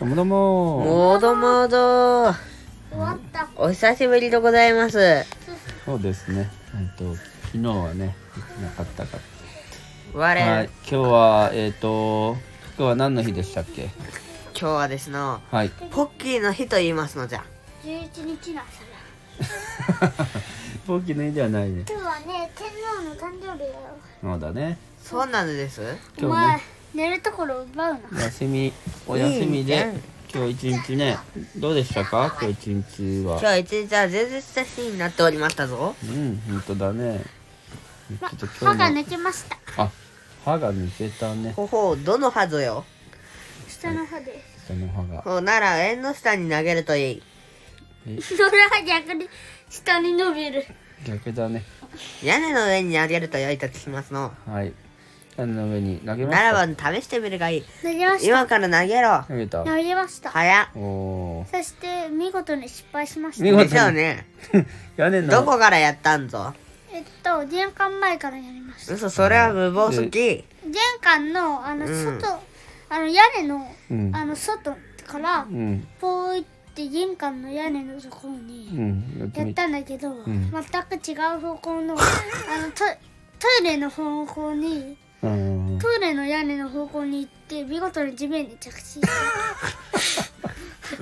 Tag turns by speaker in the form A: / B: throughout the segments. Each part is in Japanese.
A: どうも
B: もどもど
C: 終わった。
B: お久しぶりでございます
A: そうですねえっと昨日はねなかったか
B: 我、
A: らはい今日はえっ、と今日は何の日でしたっけ
B: 今日はですの
A: はい
B: ポッキーの日と言いますのじゃ
C: 十一日の朝だ。
A: 大きな日ではないね
C: 今日はね、天皇の誕生日だよ。
A: そうだね
B: そうなのです
C: お
A: 今日
C: 前
A: ね、
C: 寝るところ奪うな。
A: 休みお休み
B: いいじ
A: で
B: ゃん
A: 今日一日ねどうでしたか今日一日は
B: 今日一日は全然親しいになっておりましたぞ
A: うん本当だねちょっと今
C: 歯が
A: 日の
C: 抜けました。
A: あ歯が抜けたね
B: ほほうどの歯ぞよ
C: 下の歯 です。
A: その歯が
B: ほうなら縁の下に投げるといい
C: それは逆に下に伸びる。
A: 逆だね
B: 屋根の上に投げると良いと聞きますの
A: はい屋根の上に投げまし
B: な
A: た
B: らば試してみるがいい
C: 投げました。
B: 今から投げろ
A: 投げた
C: 投げました。
B: 早っ
A: おお
C: そして見事に失敗しまし
A: 見
C: た。
A: 事
B: でしょうね
A: ー 屋根の
B: どこからやったんぞ
C: えっと玄関前からやりました。
B: 嘘それは無謀すぎ
C: 玄関のあの
B: うん
C: 外、あの屋根の、
A: うん
C: あの外から
A: うん
C: ポーイって玄関の屋根のところに。
A: うんやって
C: やっ
A: み
C: たんだけど、
A: ん
C: 全く違う方向のあのトトイレの方向に
A: うん
C: トイレの屋根の方向に行って見事に地面に着地した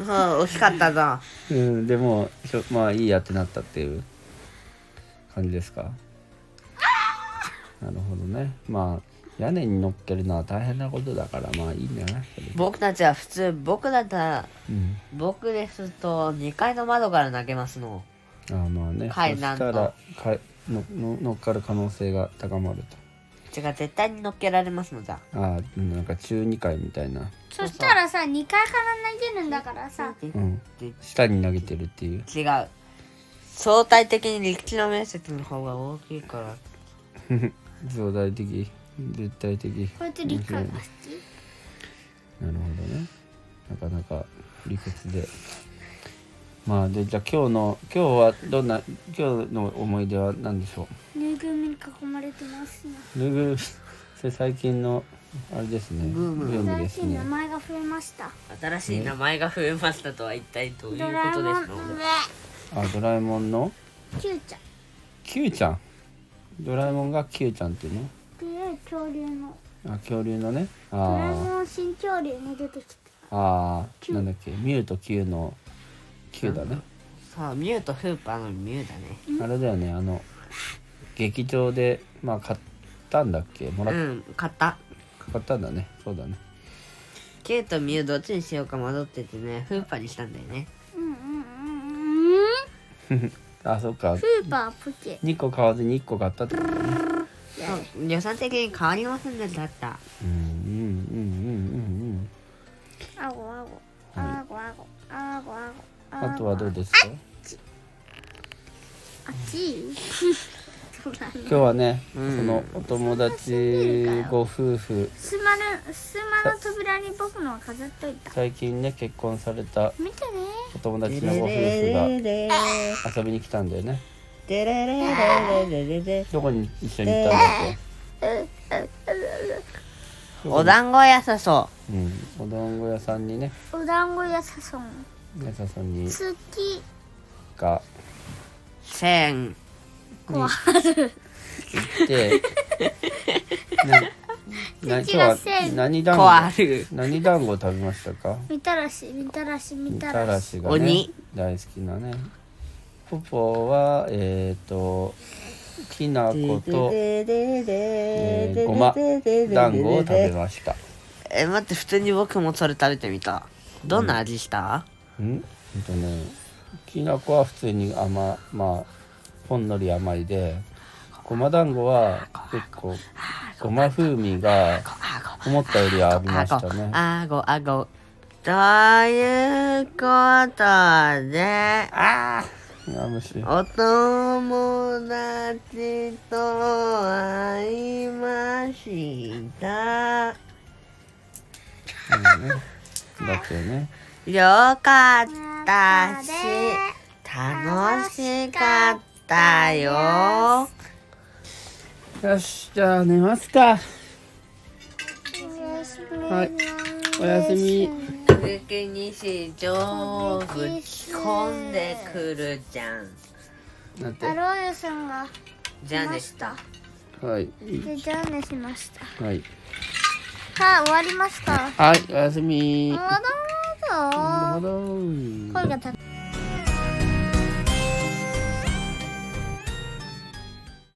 B: ほう大きかったぞ
A: うんでもひょまあいいやってなったっていう感じですかなるほどねまあ屋根に乗っけるのは大変なことだからまあいいんじゃないそれ
B: 僕たちは普通僕だったら
A: うん
B: 僕ですと2階の窓から投げますの
A: あーまあね
B: 階
A: そ
B: 段
A: し
B: と
A: たらかいのの乗っかる可能性が高まる
B: 違う絶対に乗っけられますのじゃ
A: とああなんか中2階みたいな
C: そしたらさ2階から投げるんだからさ
A: うん
B: 違う
A: 下に投げてるっていう
B: 相対的に陸地の面積の方が大きいから
A: 相対的絶対的
C: こうやって理科が好
A: なるほどねなかなか理屈でまあでじゃあ今日の今日はどんな今日の思い出は何でしょ
C: きぬいぐるみに囲まれてますね
A: うぬいぐるみそれ最近のあれですねブームで
C: 新
A: す
C: しい名
A: ね
C: 前が増えました
B: 新しい名前が増えましたとは一体どういう
C: ドラえ
B: ことで
C: も
B: す
C: ん
B: の
A: あドラえもんの
C: キューちゃん
A: キューちゃんドラえもんがキューちゃんっていう
C: っていう恐竜の
A: のあ恐竜のね
C: ドラえ
A: あ
C: もん新恐竜に出てき
A: ー
C: た
A: あーなんだっけミュウとキューのキューだね
B: さあミュウとフーパーのミュウだね
A: あれだよねあの劇場でまあ買ったんだっけもらっ
B: うん買った
A: 買ったんだねそうだね
B: キュウとミュウどっちにしようか戻っててねフーパーにしたんだよね
C: うんうんうんうん
A: あそっか
C: スーパーポケ
A: 2個買わずに1個買ったってことね
B: 予算的に変わりますんでだった
A: うんうん
C: あごあごあごあごあごあ
A: うんうん
C: ご
A: うんあとはどう
C: う
A: ですか
C: あっち い
A: 今日はね、
B: うん
A: そのお友達ご夫婦
C: すまるすまの扉に僕のを飾っといた
A: 最近ね結婚された
C: 見てね
A: お友達
B: テ
A: の
B: レ
A: ご夫婦
B: レ
A: が
B: レレ
A: 遊びに来たんだよね
B: テレレレレレレ
A: どこに一緒に行ったんだっ
B: お団子屋さそ
A: け、うん、お団子屋さんにね
C: お団子屋さそん
A: 屋さんに
C: 月
A: が
B: う千
C: 壊
A: 行ってなな今日は何団
B: 個あ
A: 子
B: る
A: 何団子を食べましたか
C: みたらしみたらしみ
A: み
C: た
A: た
C: ら
A: ら
C: し
A: しがね
B: 鬼
A: 大好きなねポポはえっ、ときなことえーごま団子を食べました
B: え待って普通に僕もそれ食べてみたどんな味した、
A: うんほんとねきなこは普通に甘まあほんのり甘いでごま団子は結構ごま風味が
B: あ
A: 思ったよりあり
B: ご
A: ま
B: あ
A: した
B: ご
A: ね
B: あごあごということで
A: あ
B: あ
A: むし
B: お友達と会いました
A: だってね
B: よかったし楽しかったよ
A: よしじゃあ寝ますか
C: おやすみ
A: はい
C: な
A: おやすみ
B: 時に市場をぶち込んでくるじゃん
A: なんて
C: アローユさんが
B: じゃあ
C: いま
B: ね
C: した
A: はい
C: でじゃあねしました
A: はい
C: はい終わりました
A: はいおやすみ
C: まだまだ
A: どうもどうも
C: 声が高い